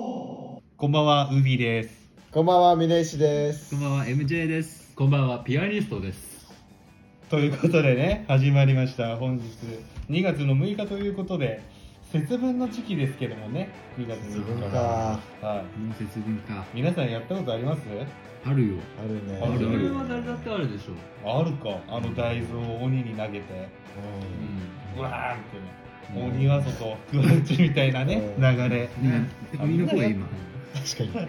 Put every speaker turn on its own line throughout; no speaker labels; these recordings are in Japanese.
こんばんは、海です。
こんばんは、峰石です。
こんばんは MJ です。こんばんはピアニストです。
ということでね、始まりました。本日2月の6日ということで、節分の時期ですけどもね、2月の
自分
6
か、
日。はい。
もう節分か。
皆さんやったことあります
あるよ。
あるね。
ある
そ
あ
れ
る
は誰だってあるでしょ。
あるか。あの大豆を鬼に投げて、うわーってね。
うん
鬼は外、クワウチみたいなね、
う
流
ん
れ。
うん
ね、海の声今。
確かに。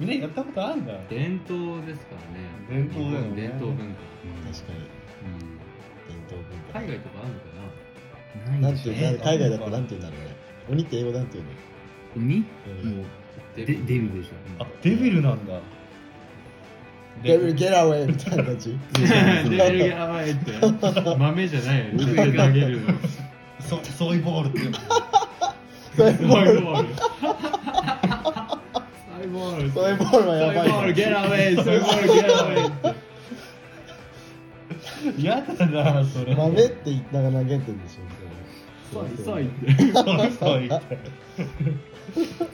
みんなやったことあるんだ。
伝統ですからね。
伝統だよね
日本伝統文化。
確かに。
うん
伝統文化。
海外とかあるのかな。
なんていう
ね
の海外だとなんて言うんだろうね。鬼って英語なんて言うの
鬼
うん
もうデデビルでし
あ、デビルなんだ。
デビル・ゲラウェイみたいな感じ
デビルやばいって。豆じゃないよ。肉で投げるの。
そソイボールっていう。
そういう
サ
ボー
イ
ル。
ボール。サイボール。
そういうボールはやばい。
サイボール、ゲラウェイ。サイボール、ゲラウェイって。
やだな、それ。
豆って言いながら投げてるんでし
そ
ょ。
う
そ
そうう
違
言
う
っ
ん
て。
そうそう言って。
だ。そう。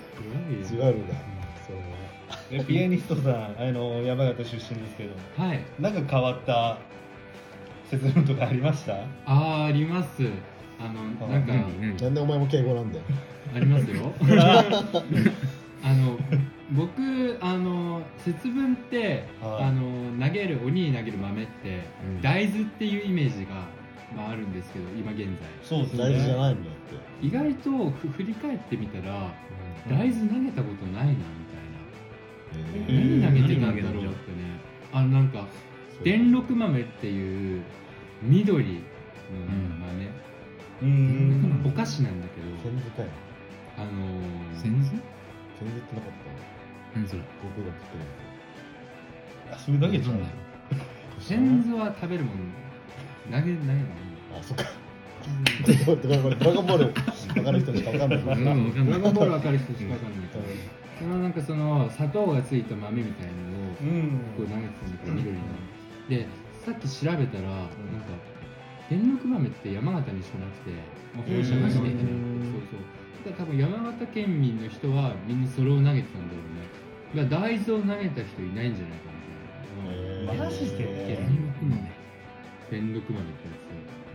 えピアニストさん、あの山形出身ですけど、
はい。
なんか変わった節分とかありました
あーあります。あの
あ
なんか
何
なんでお前も敬語なんだよ。
ありますよ。あの僕あの節分って、
はい
あの投げる鬼に投げる豆って、
うん
大豆っていうイメージが、まあ、あるんですけど今現在
そうですね。
大事じゃないんだって。
意外とふ振り返ってみたら大豆投げたことないなみ
え
た
ー
いな、何投げてた
何投げ
ん
た
だ
ん
ろ
じ
う
ゃ
ってねあのなんか電禄豆っていう緑の豆、
う
うん
ん。
お菓子なんだけど、
先祖かよ。
あのー
先祖
先祖ってなかった
何それ
悟空が食ってる
あ、それだけじゃない。
先祖は食べるもの投げ投げない
あ、そっか。ごめんごめんごめんドラゴンボール分かる人しか分かんない。
俺は分かん
ド
な
ラ
い
ゴンボール分かる人しか分かんないからそれはなんかその砂糖がついた豆みたいの
う
を
ん。
こう投げてたんだけど緑のでさっき調べたらなんか天禄豆って山形にしかなくて、まあ、本社がしかいけなくて
へー
そうそうだから多分山形県民の人はみんなそれを投げてたんだろうねだから大豆を投げた人いないんじゃないかな
へ
マジで
え
何も来んのね
天禄豆ってや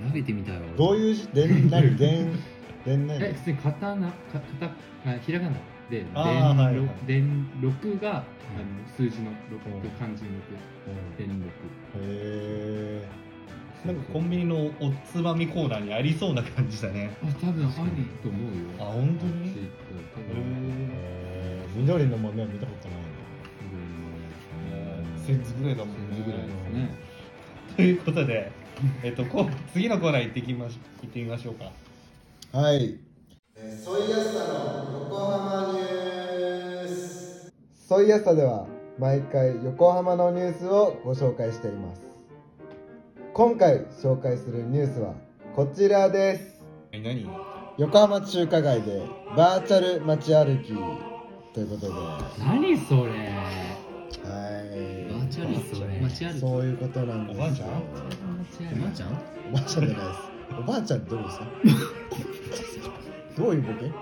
投げてみたいわ
どういう字、でん、なに、でん、でんな
つえ
に。
普通に刀か片あひらがなで
あーはいはい
「伝六」があの数字の
う
6
ん
漢字の6
うんへ
電力
え。
なんかコンビニのおつまみコーナーにありそうな感じだね。
あ多分あると思うよ
あ、本当
あっち行
に
った
う
ら多分
ん。
えー緑の豆は見たことない
先祖ぐらいだもん
先
ね
祖ぐらいですね
ということで、えっと、こ次のコーナー行ってきまし行ってみましょうか。
な。はい。ソイヤスタの横浜ニュース。ソイヤスタでは毎回横浜のニュースをご紹介しています。今回紹介するニュースはこちらです。
え何
横浜中華街でバーチャル街歩きということで、は
何それ
い。
バーチャルそれ街歩き
そういうことなんですよ。
おばあちゃん
おばあちゃん
おばあちゃんじゃないです。おばあちゃんってど うですか？どういうボケ？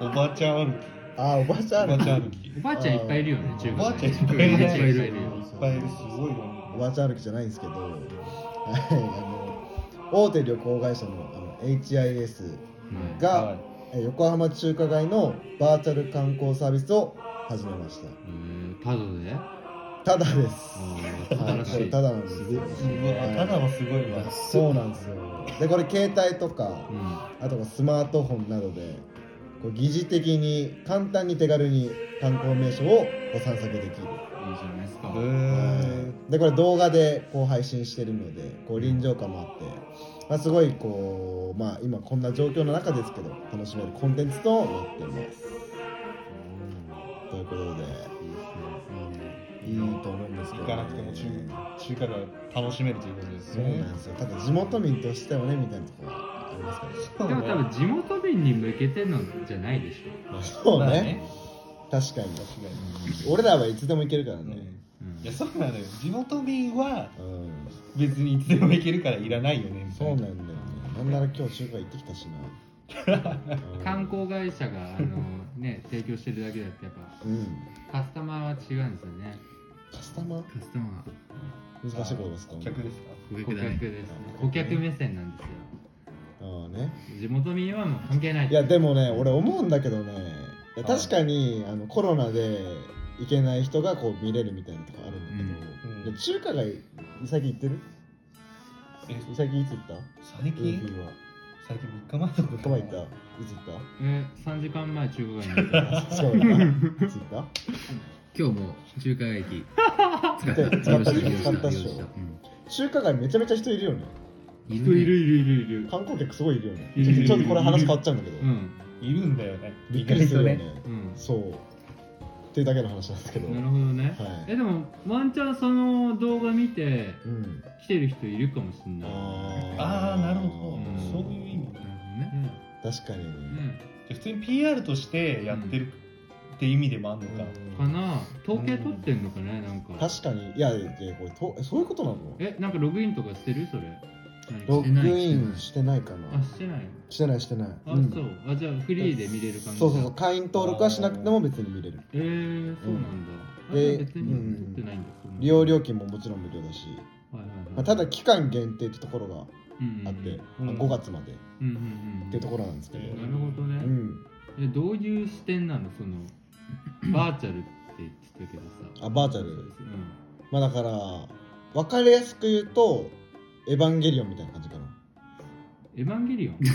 おばあちゃん歩き。
あー、おばあちゃ
おばあ
ん。
ちゃん歩き。い
おばあちゃんいっぱいいるよね中
おばあちゃんいっぱいいる
いっぱいいるよね
っぱいいるし、すごいよね。
おばあちゃん歩きじゃないんですけど、はい、あの大手旅行会社のあの HIS が、
はい
え横浜中華街のバーチャル観光サービスを始めました。
うんタドで
ただです。
新
こ
し
れ
い
ただなんです
う
よ。
わただはすごいわ。
そうなんですよ。で、これ携帯とか
う、ん
あとはスマートフォンなどで、こう疑似的に簡単に手軽に観光名所をご散策できる。
いいじゃないですか
はいで、これ動画でこう配信してるので、こう臨場感もあって、まあ、すごいこう、まあ今こんな状況の中ですけど、楽しめるコンテンツとなってます。ということで、
いいですね
いいと思うんですけ
行
ど、
かなくても中中華が楽しめるということです
そう
ね
なん。ですよ。ただ地元民としてはね、みたいなところはありますからね。
そう
で
ね
も多分地元民に向けてのじゃないでしょ
そう
まあ
ね。確かに。
確か
俺らはいつでも行けるから
に
ね。
うん
いやそうなのよ地元民は
うん。
別にいつでも行けるからいらないよねみた
そう
い
なんだ
な
よ ね。なんなら今日中華行ってきたしな。うん
観光会社があのね提供してるだけだってやっぱ
うん
カスタマーは違うんですよね
カスタマー
カスタマー
難しいことですか
客ですか
顧
顧
客だ
客
ね
です顧客目線なんですよ
ああね
地元民はもう関係ない
いやでもね俺思うんだけどねいや確かにあのコロナで行けない人がこう見れるみたいなとこあるんだけど、
うん
いや中華街最近行ってる
え
最近いつ行った
最
ウ
近
ーフーは
最近3日前とか
どこ行ったいつ行っ
え3時間前中華街に行 った
たそうだないつ行った
今日も中華街駅使った
で
利用した利用
使ったった
し
たっ
利
し
用
ょ
したうん
中華街めちゃめちゃ人いるよね
い
人いる
ね
いるいるいる
観光客すごいいるよね
いるいるいる
ちょっとこれ話変わっちゃうんだけど、
うん
いるんだよね
びっくりするよね
意外
うん
そうっていうだけの話なんですけど
なるほどね、
はい
えでもワンチャンその動画見て
うん
来てる人いるかもしんない
あ
とねああなるほど、
うん
そういう意味
な
ねじゃあ
確かに
るほどねね
普通に PR としてやってるって意味でもあるのか、
かな統計取ってんのかねなんか
確かにいやいやこれとそういうことなの
えなんかログインとかしてるそれ
ロ
何
グ
か
インしてないか
あ
な
してない
してないしてない
あ、
うん
そうあじゃあフリーで見れる感じ
そうそうそう会員登録はしなくても別に見れる
えー、そうなんだ、あ
で
じゃあ別に取ってないんだ、そんな
利用料金ももちろん無料だし、
はいはいはい
まあ、ただ期間限定ってところが
うんうん
あって、
うん
まあ、5月までっ
うんうんうん
ていうところなんですけど、
う
なるほどね、
うん、
えどういう視点なのそのバーチャルって言ってたけどさ
あバーチャル
うん
まあだから分かりやすく言うと「エヴァンゲリオン」みたいな感じかな、
エヴァンゲ リオン
うん、
ど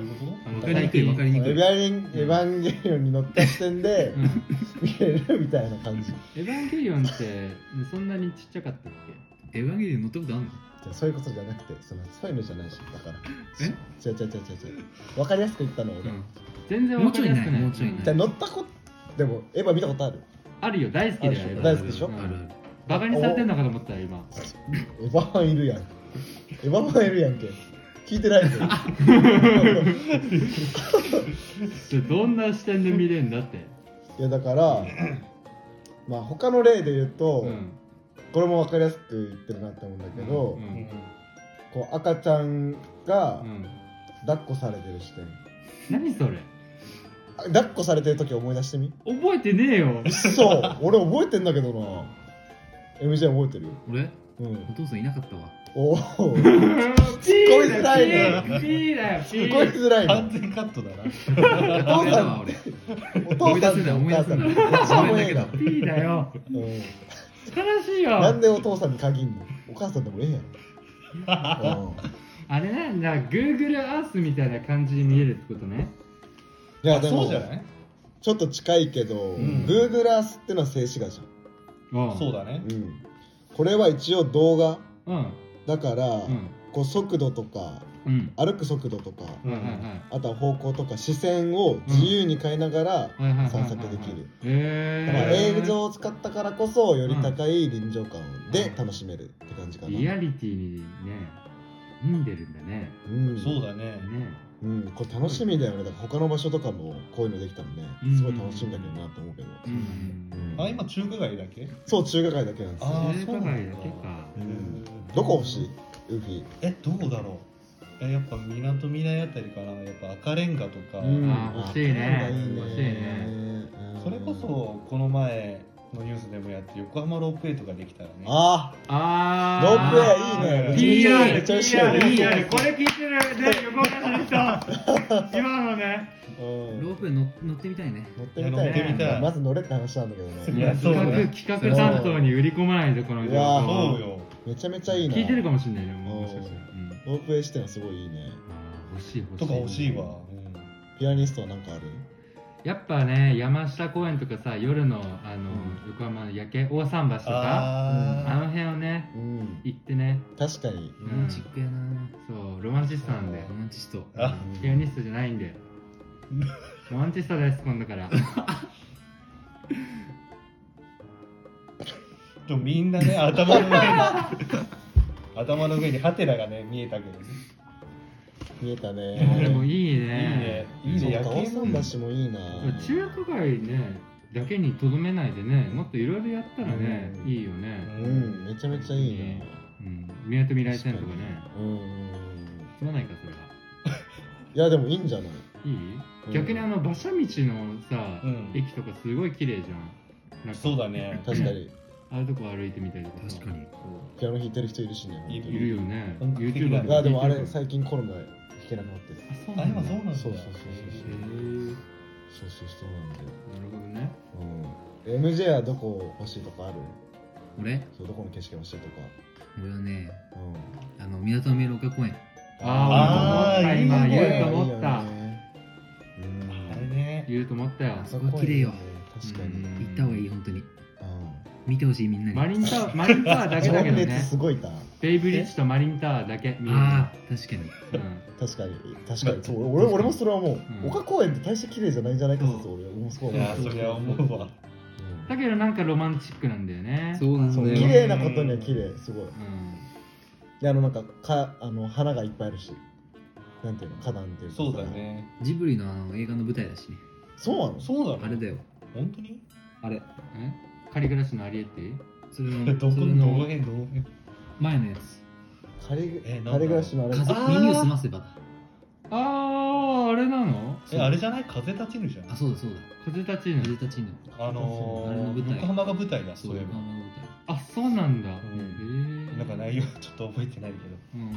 ういうこ
わかりにくいわかり
エ
に
ヴ
くい
ァリンエヴァンゲリオンに乗った視点で
うん
見れるみたいな感じじ
エヴァンゲリオンってそんなにちっちゃかったっけ
エヴァンゲリオン乗ったことあるの
ゃあそういうことじゃなくてそのスパイのじゃないしだから
え
違う違う違う違う違う分かりやすく言ったの俺、
うん全然わかりやすくない
もうちょいないもう
じゃ
ちょ
あ
い
乗ったこでもエヴァ見たことある
あるよ大好きだ
あ
よ
るでしょ大
エヴァン
好きでしょ
うん
あるある
バカにされてんのかと思ったよ今
エヴァファンいるやんエヴァファンいるやんけ聞いてないけど
ちょどんな視点で見れるんだって
いやだからまあ他の例で言うと、
うん
これも分かりやすく言ってるなって思うんだけど、
う
と、
ん
こう赤ちゃんが
うん
抱っこされてる視点、
何それ
あ抱っこされてる時思い出してみ
覚えてねえよ
そう俺覚えてんだけどな MJ 覚えてる
俺
うん
お父さんいなかったわ
おおす
ピ
ごい
ー
辛
だ
い
よ
ね
ピーだよピ
ごい
ー
辛い
完
な
全カットだな
お父
ダメ
さ
だわ
ん
俺
お
思
父
い出
さ
せ
ん
ない
とお
思い出
母さ
せ
ん
ない
どっち
ごめ
も
ん
え
だ
え
け
な
ど
ピーだよ
うん
悲しいよ
なんでお父さんに限んのお母さんでもええやろ、うん
あれなんだ Google Earth みたいな感じに見えるってことね
いやで
そ
も
うじゃない
ちょっと近いけど、
ん
Google Earth ってのは静止画じ
そうだね
ゃん、うん、これは一応動画
うん
だから、
うん
こう速度とか
うん
歩く速度とか、
はいはいはい
あとは方向とか視線を自由に変えながら
はいはいはいはいはい
散策できる、だから
へえ
映像を使ったからこそより高い臨場感で楽しめるって感じかな、
リアリティにね組んでるんだね
うん
そうだね
ね
うん、これ楽しみだよねだから他の場所とかもこういうのできたらね
うん
すごい楽しいんだけどなと思うけど、
うん
うん
あ今中華街だけ
そう中華街だけなんですよ
あー
中華街だけか
うんどこ欲しいウーフィー
えどこだろうえやっぱみなとみらいあたりかなやっぱ赤レンガとか、
うん
あー欲しいね
あーいいね
欲しいね
うん
それこそこの前のニュースでもやって横浜ロープウェイとかできたらね
あ
あ
ロー
ェ
プウ
イいいね
め
PR
ちゃめちゃ
PR
いい
PR これ聞いてるね横浜の人今のね
ーうん
ロープウェイ乗乗ってみたいね
乗ってみた
乗
い
ってみたい
まず乗れって話なんだけど
い
ね
やそうだ
企画企画担当に売り込まないとこの情報
いやー
そうよ
めちゃめちゃいいな
聞いてるかもしれないねもうもしかしたらうん
ロープウェイ視点はすごいいいね
あー欲しい欲し
と
い
か欲しいわ、うん
ピアニストはなんかある
やっぱね山下公園とかさ夜のあの、横浜の夜景大桟橋とかあ
あ
の辺をね
うん
行ってね
確かに
ロマンチックやな
そうロマンチストなんで
ロマンチスト
ーあ
うん
ピアニストじゃないんでロマンチストです今度から
ちょみんなね頭の上に 頭の上にハテナがね見えたけどね
見えた
でも
ね
いい
いいね
ね
いい
そう
ね
か
夜
大
景も
桟橋もいいな
中華街ねだけにとどめないでねもっといろいろやったらね、
うん
いいよね、
うんめちゃめちゃいいな
うん、みなとみらい線とかね
うんうんうん
すまないかそれは
いやでもいいんじゃない
いいい
うん
逆にあの馬車道のさ、
うん
駅とかすごい綺麗じゃんなんか
そうだね
確かに
ああいうとこ歩いてみたりとかさ
確かに。
ピアノ弾いてる人いるしね
いる
いるよね
本格的だ
YouTuber
ね
あでもあれ
あ
最近コロナで弾けなくなってる
そう
あ
なんだ
今そうなんだ
そうそうそう
へーな
そうそうそうなんだよ
るほどね
うん MJ はどこ欲しいとかある
俺
そうどこの景色欲しいとか
俺はね、
うん
あの、港未廊下公園。
あ
あ
あ
ー
思った今
いいね
言うと思った
いいよ
あ
ね
れね
言うと思ったよ
うん
そこは綺麗よ
確かに
う
うん
ん
行った方がいい、本当に。
あ
見てほしい、みんなに。
マリンタワーマリンタワーだけだけど
情
ね
熱すごいな
ベイブリッジとマリンタワーだけ見える
ああ、確か
う
に。
ん
確かに確かにそう俺俺もそれはもう、
うん
丘公園って大して綺麗じゃないんじゃないかと俺もそう
い
思う
やそりゃ思うわ
うん
だけどなんかロマンチックなんだよね
そうなん
そう
だ
綺
よ。
麗なことには綺麗すごい
うん
であのなんかかあの花がいっぱいあるしなんていうの花壇っていうか
そうだね
ジブリのあの映画の舞台だしね。
そうなの
そうだ
あれだよ。
本当に
あれ。
えカリグラスのアリエッティ
それ
ど こ
の、それ
どこ
の
へどこへ
前のやつ。
仮ぐ
えなんだ
仮暮らしのあれ
風
あー
耳を澄ませばだ。
あああれなの
えあれじゃない風立ちぬじゃん
あ、そうだそうだ。
風立ちぬ
俺たちの。
あの
あれの舞
ー、
台
横浜が舞台だ
そ
そうう
い
いうえ
の
ば
舞台。
あそうなんだ、
う
へ
ん
え
なんか内容ちょっと覚えてないけど
うん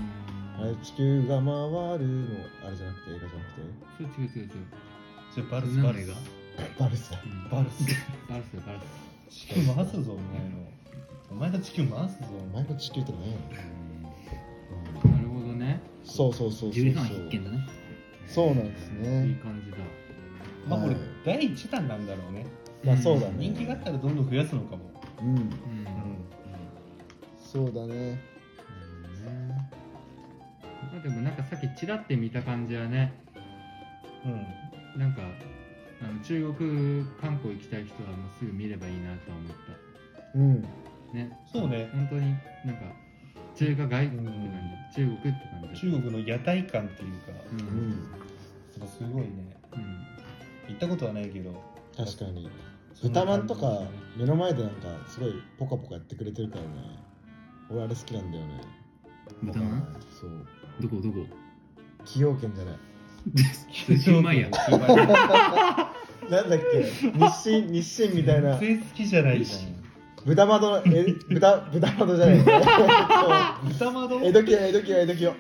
あれ地球が回るのあれじゃなくて映画じゃなくて
そう違う違う違う
それバル
そ
ス
んな
バ
の
ルス
映
バルスだ
うん
バルス
バルスだバルス
地球回すぞお前のお前の地球回すぞ
お前の地球って何やねん、
なるほどね
そうそうそう
ジ
そ
ブリ
う
フ
そう
ァン必見だね。
そうなんですね
いい感じだ
まあこれ
はい
第一弾なんだろうね
まあそうだね
人気があったらどんどん増やすのかも
うん
うん
そうだね
まあでもなんかさっきちらって見た感じはね
うん、うん、
なんかあの中国観光行きたい人はもうすぐ見ればいいなとは思っ
うん
たね
そうね
本当になんか中華街って感じ、中国って感じ
中国の屋台感っていうか
う、
うんん
それすごいね
うん、
行ったことはないけど
確かに
そんな
豚ま
感
ん
じ
とか目の前でなんかすごいポカポカやってくれてるからね俺あれ好きなんだよね
豚まん
そう
どこどこ
崎陽軒じゃない
それシューマイや。
シューマイ
なんだっけ日清日清みたいな
全然好きじゃないじ
豚窓のえ豚豚窓じゃない
ゃん豚窓
江戸清江戸清江戸清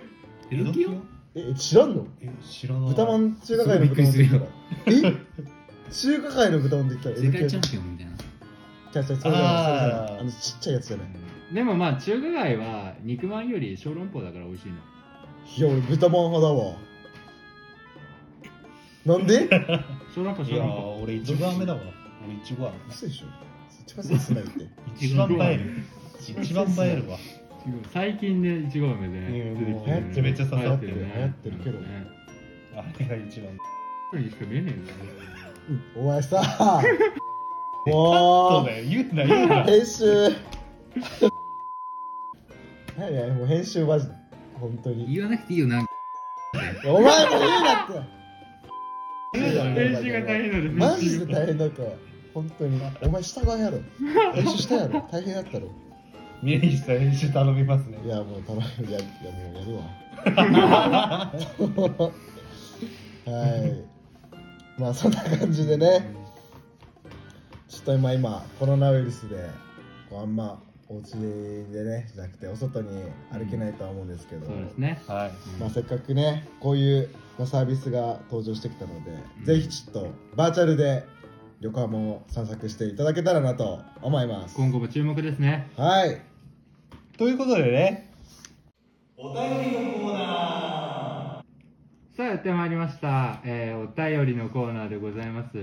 エロキオ
え知らんの
え知らない
豚まん中華街の豚まんって言ったらえ中華街の豚まんって言ったら
世界チャン
ン
ピオンみたいな。
違う違うそうじゃないそうじゃない
あー
あのちっちゃいやつじゃない
でもまあ中華街は肉まんより小籠包だから美味しいの
いや俺豚まん派だわなんで
小籠包
い
小
や
籠
ー
包
俺いちご飴だわ俺いちご飴
嘘でしょ一番センスないって
一番映える一番映えるわ
最近ねいちご飴で
ね
ね
もう
流行ってる
めっちゃ刺さって
る流行ってるけど
ね
あれが一番
これにしか見えねえんだよ
お前 さも
そううだよ言うな言うな
編集何やもう編集マジ本当に
言わなくていいよな。
お前も言うなって
言うな
ね
練習が大変なんで
マジで大変だったわ本当にお前下側やろ練習したやろ大変だったろ
宮西さん編集頼みますね
いやもう頼むいやいやもうやるわはいまあそんな感じでねちょっと今今コロナウイルスでこうあんまお家でねじゃなくてお外に歩けないとは思うんですけど、
そうですね
はい
まあ、せっかくねこういうまあサービスが登場してきたので、ぜひちょっとバーチャルで横浜を散策していただけたらなと思います
今後も注目ですね
はい
ということでね
さあやってまいりました、えーお便りのコーナーでございます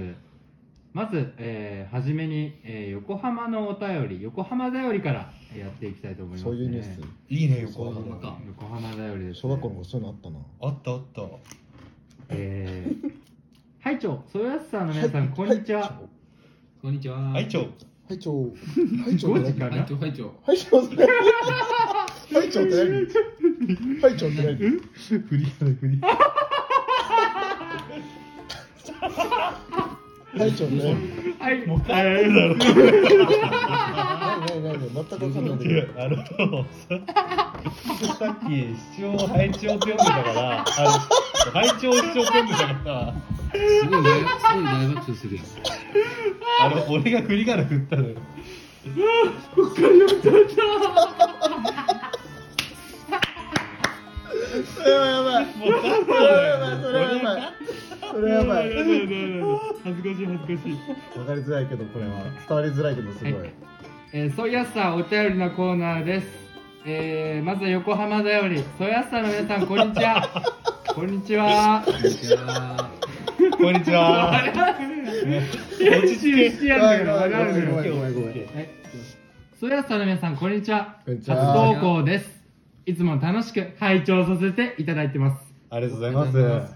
まず、えー、初めに、えー横浜のお便り横浜だよりからやっていきたいと思います、ね、
そういうニュース、
いいね横
そう
浜
だね
横浜だよりです、
小
ね、
学校の頃そういうのあったな
あったあった
えー、はいちょう、そよやすさんの皆さん、こんにちは。
こんにちは。
はいちょ
はいちょうはいちょうって
5時か
何
ら
はい、ちょ、はい、ちょ。
はいちょうって何はいちょうって何はいちょうって何
フリーだフリー
はいちょうって何
はい、
もう帰るだろ
何何何ないの全く分かんないんだ
違
けど
うあのささっき視聴拝聴って読んでたからあの拝聴視聴って読んでたから
すごい大すごい大爆笑するやん。
あの俺が振りから振ったのよ
それはやばい
もうカットだよ
それはやばいそれはやばい
やばいやばいやばい恥ずかしい恥ずかしい。
分かりづらいけどこれは伝わりづらいけどすごい、
はいえー、ソイヤスさんお便りのコーナーです。えー、まずは横浜だより、ソイヤスさんの皆さん、こんにちは。こんにちは。
こんにち は。
こんにちは
落ち着いてやんだけど、
ごめんごめん
笑うのよ
ごめんごめんごめん
はいソイヤスさんの皆さん、こんにちは。
こんにち
初
は
投稿です。いつも楽しく拝聴させていただいてます。
ありがとうございます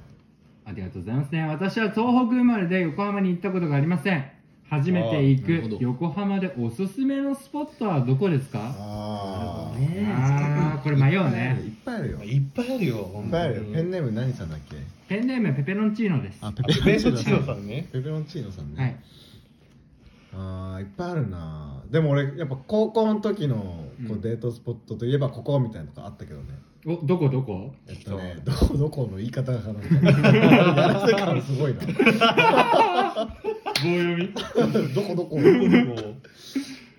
ありがとうございますね。私は東北生まれで横浜に行ったことがありません。初めて行
あーなるほ
く
ど
横浜でおすすめのスポットはどこですか
ああ
あーこれ迷うね
いっぱいあるよいっ
いっぱいあるよ本
ぱいあ
当
るよ
に
ペンネーム何さんだっけ
ペンネームペペロンチーノです。
あペ
あ ペペロンチーノさんね
ペペロンチーノさんね、
はい。
あーいっぱいあるなでも俺やっぱ高校の時のこ
う
うんデートスポットといえばここみたいなのがあったけどね、
お、どこどこ
えっとねどこどこの言い方がなんかやらせ感すごいな
棒読み
どこどこ
こう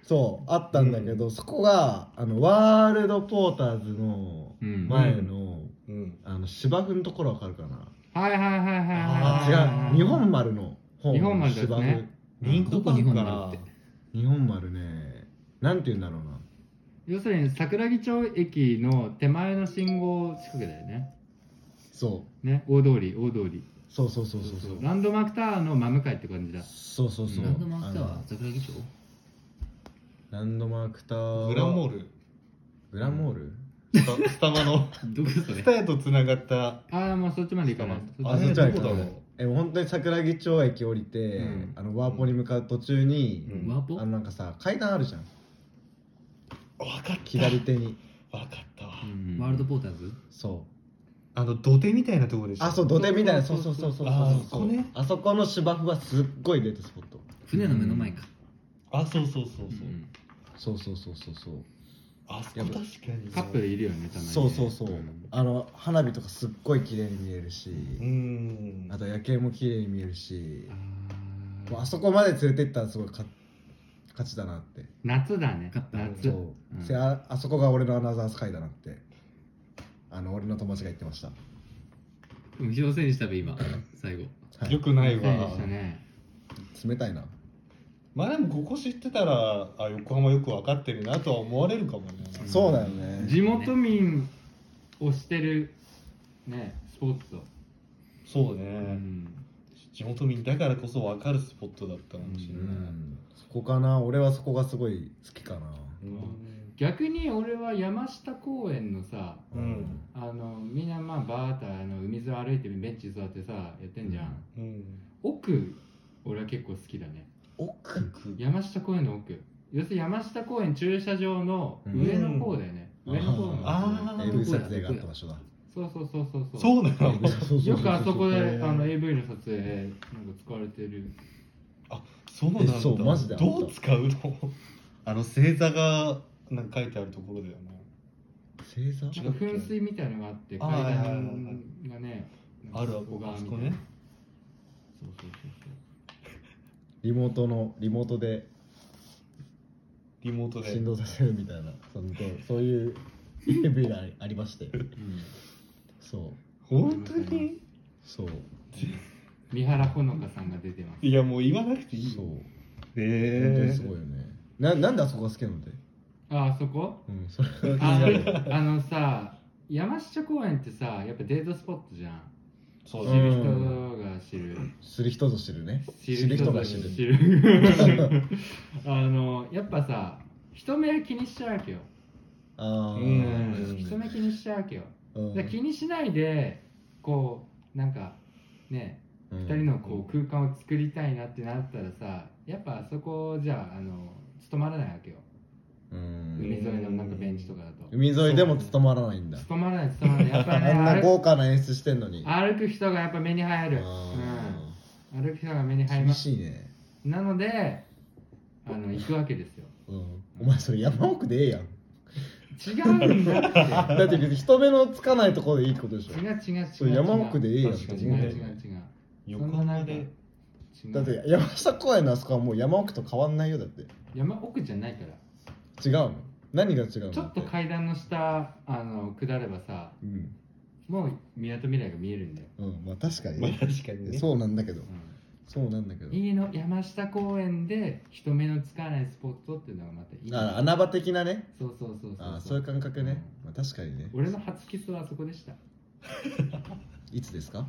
そうあったんだけど、そこがあのワールドポーターズの
うん
前の、
うん
あの芝生のところわかるかな
はいはいはいはいはい
あ
あ
は
違う
い。
日本丸の方
日本
の
丸です
芝生、
ね
リンクパークかな
日本丸ねなんて言うんだろうな
要するに桜木町駅の手前の信号近くだよね。
そう
ね、大通り、大通り。
そうそうそうそうそう
ランドマークタワーの真向かいって感じだ。
そうそうそう
ランドマークタ
あ
ワ
の
ー、桜木町
ランドマークタワー
グランモ
ル
ール
グランモール
スタスタバの
どこそ
ス
れ
タヤとつながった
ああ、もうそっちまで行かない。
あ
ま
そ
で
っちは
どこだろう
え本当に桜木町駅降りて、
うん
あのワーポに向かう途中に、
うん
ワーポ
あのなんかさ階段あるじゃん
分かった
左手に
分かったわ
うん
ワールドポーターズ
そう
あの土手みたいなところでしょ
あそう土手みたいなそうそうそうそうそう
あそこね
あそこの芝生はすっごいデートスポット
船の目の前か。
あそうそうそうそう、
うん
そうそうそうそうそう
あそこ確かに
カップルいるよね、たまにね。
そうそうそう、
ん
あの花火とかすっごい綺麗に見えるし、
うん
あと夜景も綺麗に見えるし
あ、
もう
ー
あそこまで連れてったらすごいか勝ちだなって
夏だね
勝っ。た
夏。
そう、
ん
せああそこが俺のアナザースカイだなってあの俺の友達が言ってました
でも広瀬にしたべ、今。最後。
はい
よくない
そうで
わ
したね。
冷たいな
まあでもここ知ってたらあ横浜よく分かってるなとは思われるかもね
そうだよね
地元民をしてる、ね、スポーツと。
そうね、
うん
地元民だからこそ分かるスポットだったかもしれ
う
ない、
んそこかな俺はそこがすごい好きかな
うん
逆に俺は山下公園のさ
うん
あのみんなまあバーッとあの海沿い歩いてベンチ座ってさやってんじゃん、
うん
うん
奥俺は結構好きだね
奥
山下公園の奥要するに山下公園駐車場の上の方だよ
う
ね、
ん
上の方の
あー
AV 撮影があった場所だ
そうそうそうそうそう
そうなの
よくあそこで
そうそうそう
あの AV の撮影なんか使われてる
そうなんだ
えそうマジであった
どう使うのあの星座がなんか書いてあるところだよね
星座
なんか噴水みたいなのがあって
あ
階
ーはいはいはいはい
段がね
あるある
ここが
あそこね
そうそうそうそう
リモートのリモートで
リモートで
振動させるみたいなそのそういう AV がありましてそう
本当に
そう
三原ほのかさんが出てます。
いやもう言わなくていい
そう
よ
本当
へ
に
え
すごいよねななんであそこが好きなので
あ、あそこ
うんそれは気に
あ
なる
あのさ、山下公園ってさ、やっぱデートスポットじゃん。
そう
知
だ
う
ね
ん
る人が知る。
知る人ぞ知るね
知る人が知
知る
る。
人ぞ知る
あの、やっぱさ、人目気にしちゃうわけよ。
ああ
う
うんん人目気にしちゃうわけよ。
うん
だから気にしないで、こう、なんか、ね、
うん
二人のこう空間を作りたいなってなったらさ、やっぱあそこじゃ、あの、務まらないわけよ。
うん
海沿いのなんかベンチとかだと。
海沿いでも務まらないんだ
務まらない務まらないやっぱ
あ
りね
ん な
歩
豪華な演出してんのに
く歩く人がやっぱ目に入る、
あ
うん、歩く人が目に
ー
入りま
厳
す
しいね
なのであの行くわけですよ
うん、お前それ山奥でええやん
違 うんだって
だって別に人目のつかないところでいいことでしょ
違う違う違う
それ山奥でいいやん
違う違う違う違う
横浜で
違う
だって山下公園のあそこはもう山奥と変わんないよだって
山奥じゃないから
違うの何が違うの
ちょっと
だて
階段の下あの下ればさ
うん
もうみなとみらいが見えるんだよ、
うんまあ確かに
まあ
ね、
確かにね
そうなんだけど
う
そうなんだけど
ん、家の山下公園で人目のつかないスポットっていうのがまたいい
だから穴場的なね
そうそうそうそう
あーそういう感覚ね、まあ、確かにね
俺の初キスはあそこでした
いつですか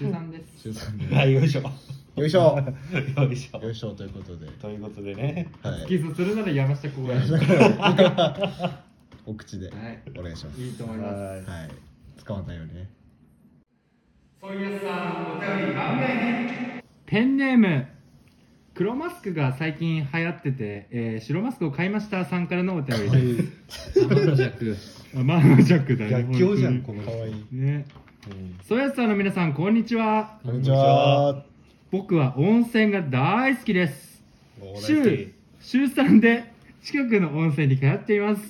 中3です、
中三で
はいよいしょ
よいし ょ
よいしょ
よいしょということで
ということでね
は
キ
い
スするなら山下公園は
お口で
い
お願いします
いいと思います
はい
はい使わないようにね
そういうさんお便り番外ペンネーム黒マスクが最近流行ってて、えー白マスクを買いましたさんからのお便りです
天の弱
あマンジャックだね
逆境じゃん
本
この
かわいい
当にね
うん
ソヤさんの皆さんこんにちは
こんにちは
僕は温泉が大好きです
お
週週3で近くの温泉に通っています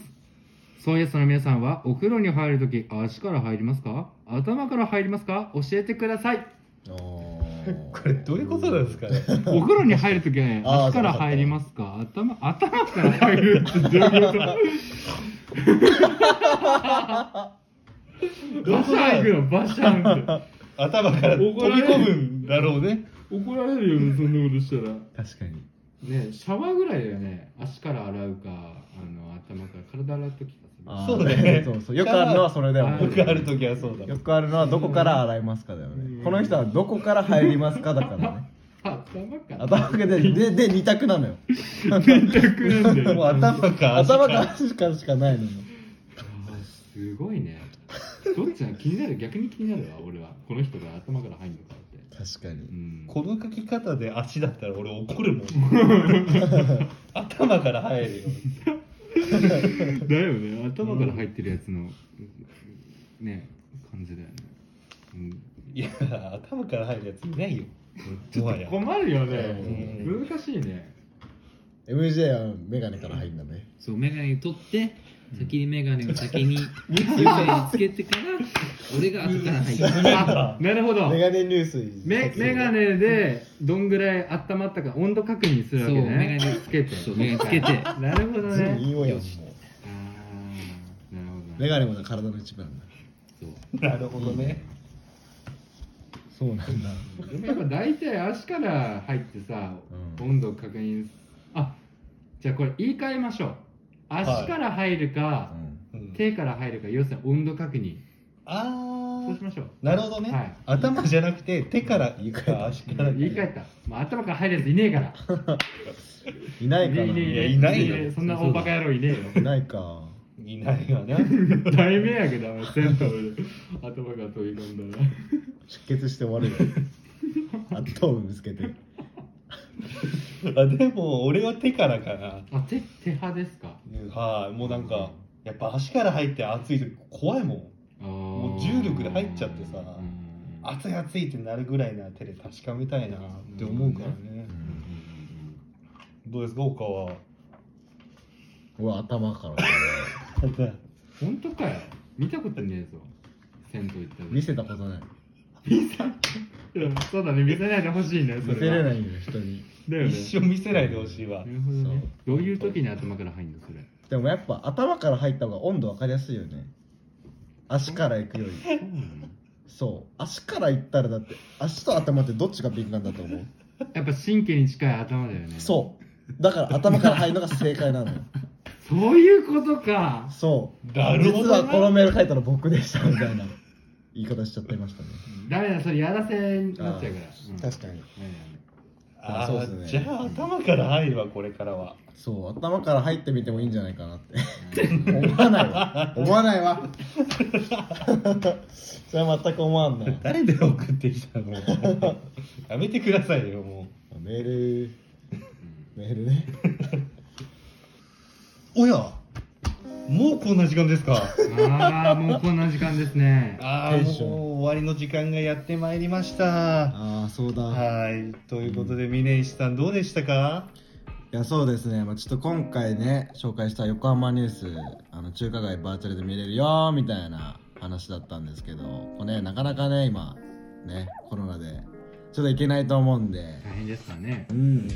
ソヤさんの皆さんはお風呂に入るとき足から入りますか頭から入りますか教えてください
お
こ
ー
れどういうことなんですかね
お風呂に入るときはね、
あー
足から入りますか頭頭から入るってどういうこと
ど
バ
こ
シャ
が
ン行くのバシャン行
頭から飛び込むんだろうね
く怒られるよねそんなことしたら
確かに
ねシャワーぐらいだよね足から洗うかあの頭から体洗うとき
あー
そうね
そうそうよくあるのはそれだよね
は
よ
い
くある時はそうだ
よくあるのはどこから洗いますかだよねこの人はどこから入りますかだからね
頭から
頭かけてでで二択なのよ
楽なんだよ
もう頭か足
頭
か
から足からしかないのよ
あーすごいねどっちなの気になる逆に気になるわ俺はこの人が頭から入るのかって
確か
う
に
ん
この書き方で足だったら俺怒るもん 頭から入るよ
だよね頭から入ってるやつのね感じだよね、うん
いや頭から入るやついないよもはや
困るよね、
うん
難しい ね
MJ はメガネから入るんだね
そうメガネ取って先にメガネを 先に湯船につけてから俺が後から入る
あなるほど
メガネ入水
メメガネでどんぐらい温まったか温度確認するわけね
そうメガネ
つけて
そうメガネつけて
なるほど
全部い
ね
いよやんも
あーなるほど
うメガネもな体の一部なんだ
そう
なるほどね
そうなんだ
でもやっぱ大体足から入ってさ、
うん
温度を確認すあじゃあこれ言い換えましょう足から入るか、
うん
うん
手から入るか要するに温度確認
あ
そうし
ー
ましょう
なるほどね、
はい
頭じゃなくて手から行くか足から
言い換えた、まあ、頭から入るやついねえから
いないか
ね
な
えねえ
や
ねえ
いないよ
ねえそんな大バカ野郎いねえ
いないか
いないよね
よ大迷惑だわ銭湯で頭が飛び込んだら
出血して終わるよあとをぶつけて
あでも俺は手からかな
あ手手派ですか
はいもうなんかやっぱ足から入って暑い時怖いもん
も
う重力で入っちゃってさ暑い暑いってなるぐらいな手で確かめたいなって思うからね、どうですか岡は
うわ頭から
本当かよ見たことねえぞ銭湯行った
見せたことない
らそうだね見せないでほしいねそ
見せれ
は
ないよ人に
だよね
一生見せないでほしいわ
なるほどね
そ
ど
う
ういう時に頭から入るのそれ
でもやっぱ頭から入った方が温度分かりやすいよね足から行くよりそう足から行ったらだって足と頭ってどっちが敏感だと思う
やっぱ神経に近い頭だよねう
そうだから頭から入るのが正解なのよ
そういうことか
そう
なるほど
実
な
はこのメール書いたの僕でしたみたいな言い方しちゃってましたね
ダメだそれやらせになっちゃうからうん
確かに
ダメ
あ
あそうですね
じゃあ頭から入るわこれからは
そう頭から入ってみてもいいんじゃないかなって
ダメうん
思わないわ思わない わそれは全く思わんない
誰で送ってきたの やめてくださいよも
メールメールね
うおやもうこんな時間ですか
ああもうこんな時間ですね
ああもう終わりの時間がやってまいりました
ああそうだ
はいということで峰岸さんどうでしたか
いやそうですね、まあ、ちょっと今回ね紹介した横浜ニュースあの中華街バーチャルで見れるよみたいな話だったんですけどこう、ね、なかなかね今ねコロナでちょっと行けないと思うんで
大変ですからね
うんち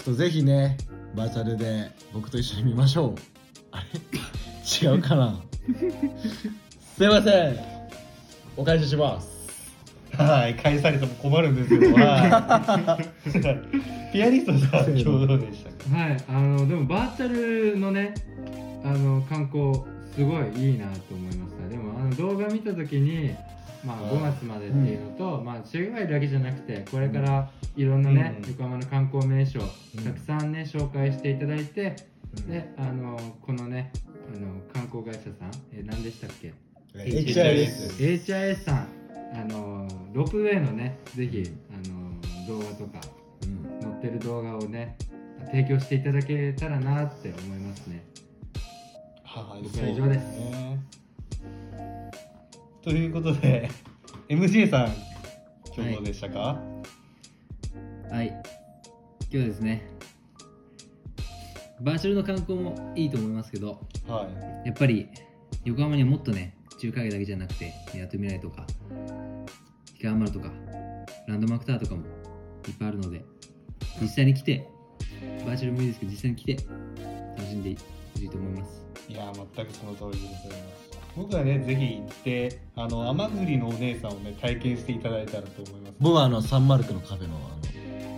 ょっとぜひねバーチャルで僕と一緒に見ましょうあれ違うか なすいませんお返しします
はい、返されても困るんですけど、 はい、ピアニストさん、共同でしたか
はいあのでもバーチャルのねあの観光すごいいいなと思いましたでもあの動画見た時にまあ
あー
5月までっていうのと、まあ中華街だけじゃなくてこれからいろんなね、
うん
横浜の観光名所、
うん
たくさんね紹介していただいて、であのこのねあの観光会社さん、えー何でしたっけ
え
HIS
HIS さんあのロープウェイのねぜひあの動画とか
うん
載ってる動画をね提供していただけたらなって思いますね
はい、
僕は以上です
ね。ということで、MJ さん、共同でしたか、
はい今日ですねバーチャルの観光もいいと思いますけど
はい、
やっぱり横浜にはもっとね中華街だけじゃなくて港未来とか氷川丸とかランドマークタワーとかもいっぱいあるので実際に来てバーチャルもいいですけど実際に来て楽しんでほしいと思います
いやー、全くその通りでございます。僕はね、ぜひ行って、あの、甘栗のお姉さんをね、体験していただいたらと思います。
僕はあのサンマルクのカフェのあの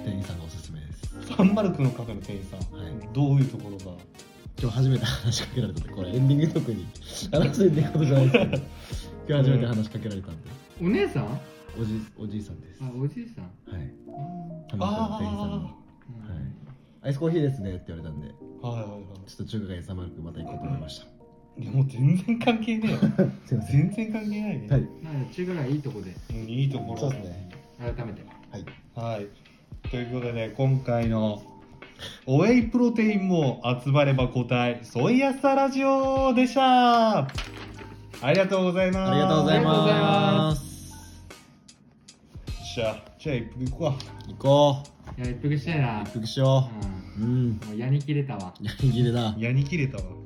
店員さんがおすすめです
サンマルクのカフェの店員さん、
はい
どういうところが
今日初めて話しかけられたんでこれエンディング特に話せってことじゃないですけど今日初めて話しかけられたんで
お姉さんあ
おじおじいさんですは
おじいさん
い
あ
たまたま店員さんに
ー
はいアイスコーヒーですねって言われたんで
あはいはいはい
ちょっと中華街サンマルクまた行こうと思いました
いやもう全然関係 ねえよ
すいませ
全
ん
然関係ないね、
はい
まあ中華街いいとこで
うんいいところ
そうですね
改めて
はい
はいということで今回のオエイプロテインも集まれば答えソイアスタラジオでしたありがとうございます
ありがとうござい
ありがとうござい
ま
ます
すじゃあじゃあ一服行くわ
行こう
いや一服したいな
一服しよ
う
ううん
んもうやに切れたわ
やり切れだ
やに切れたわ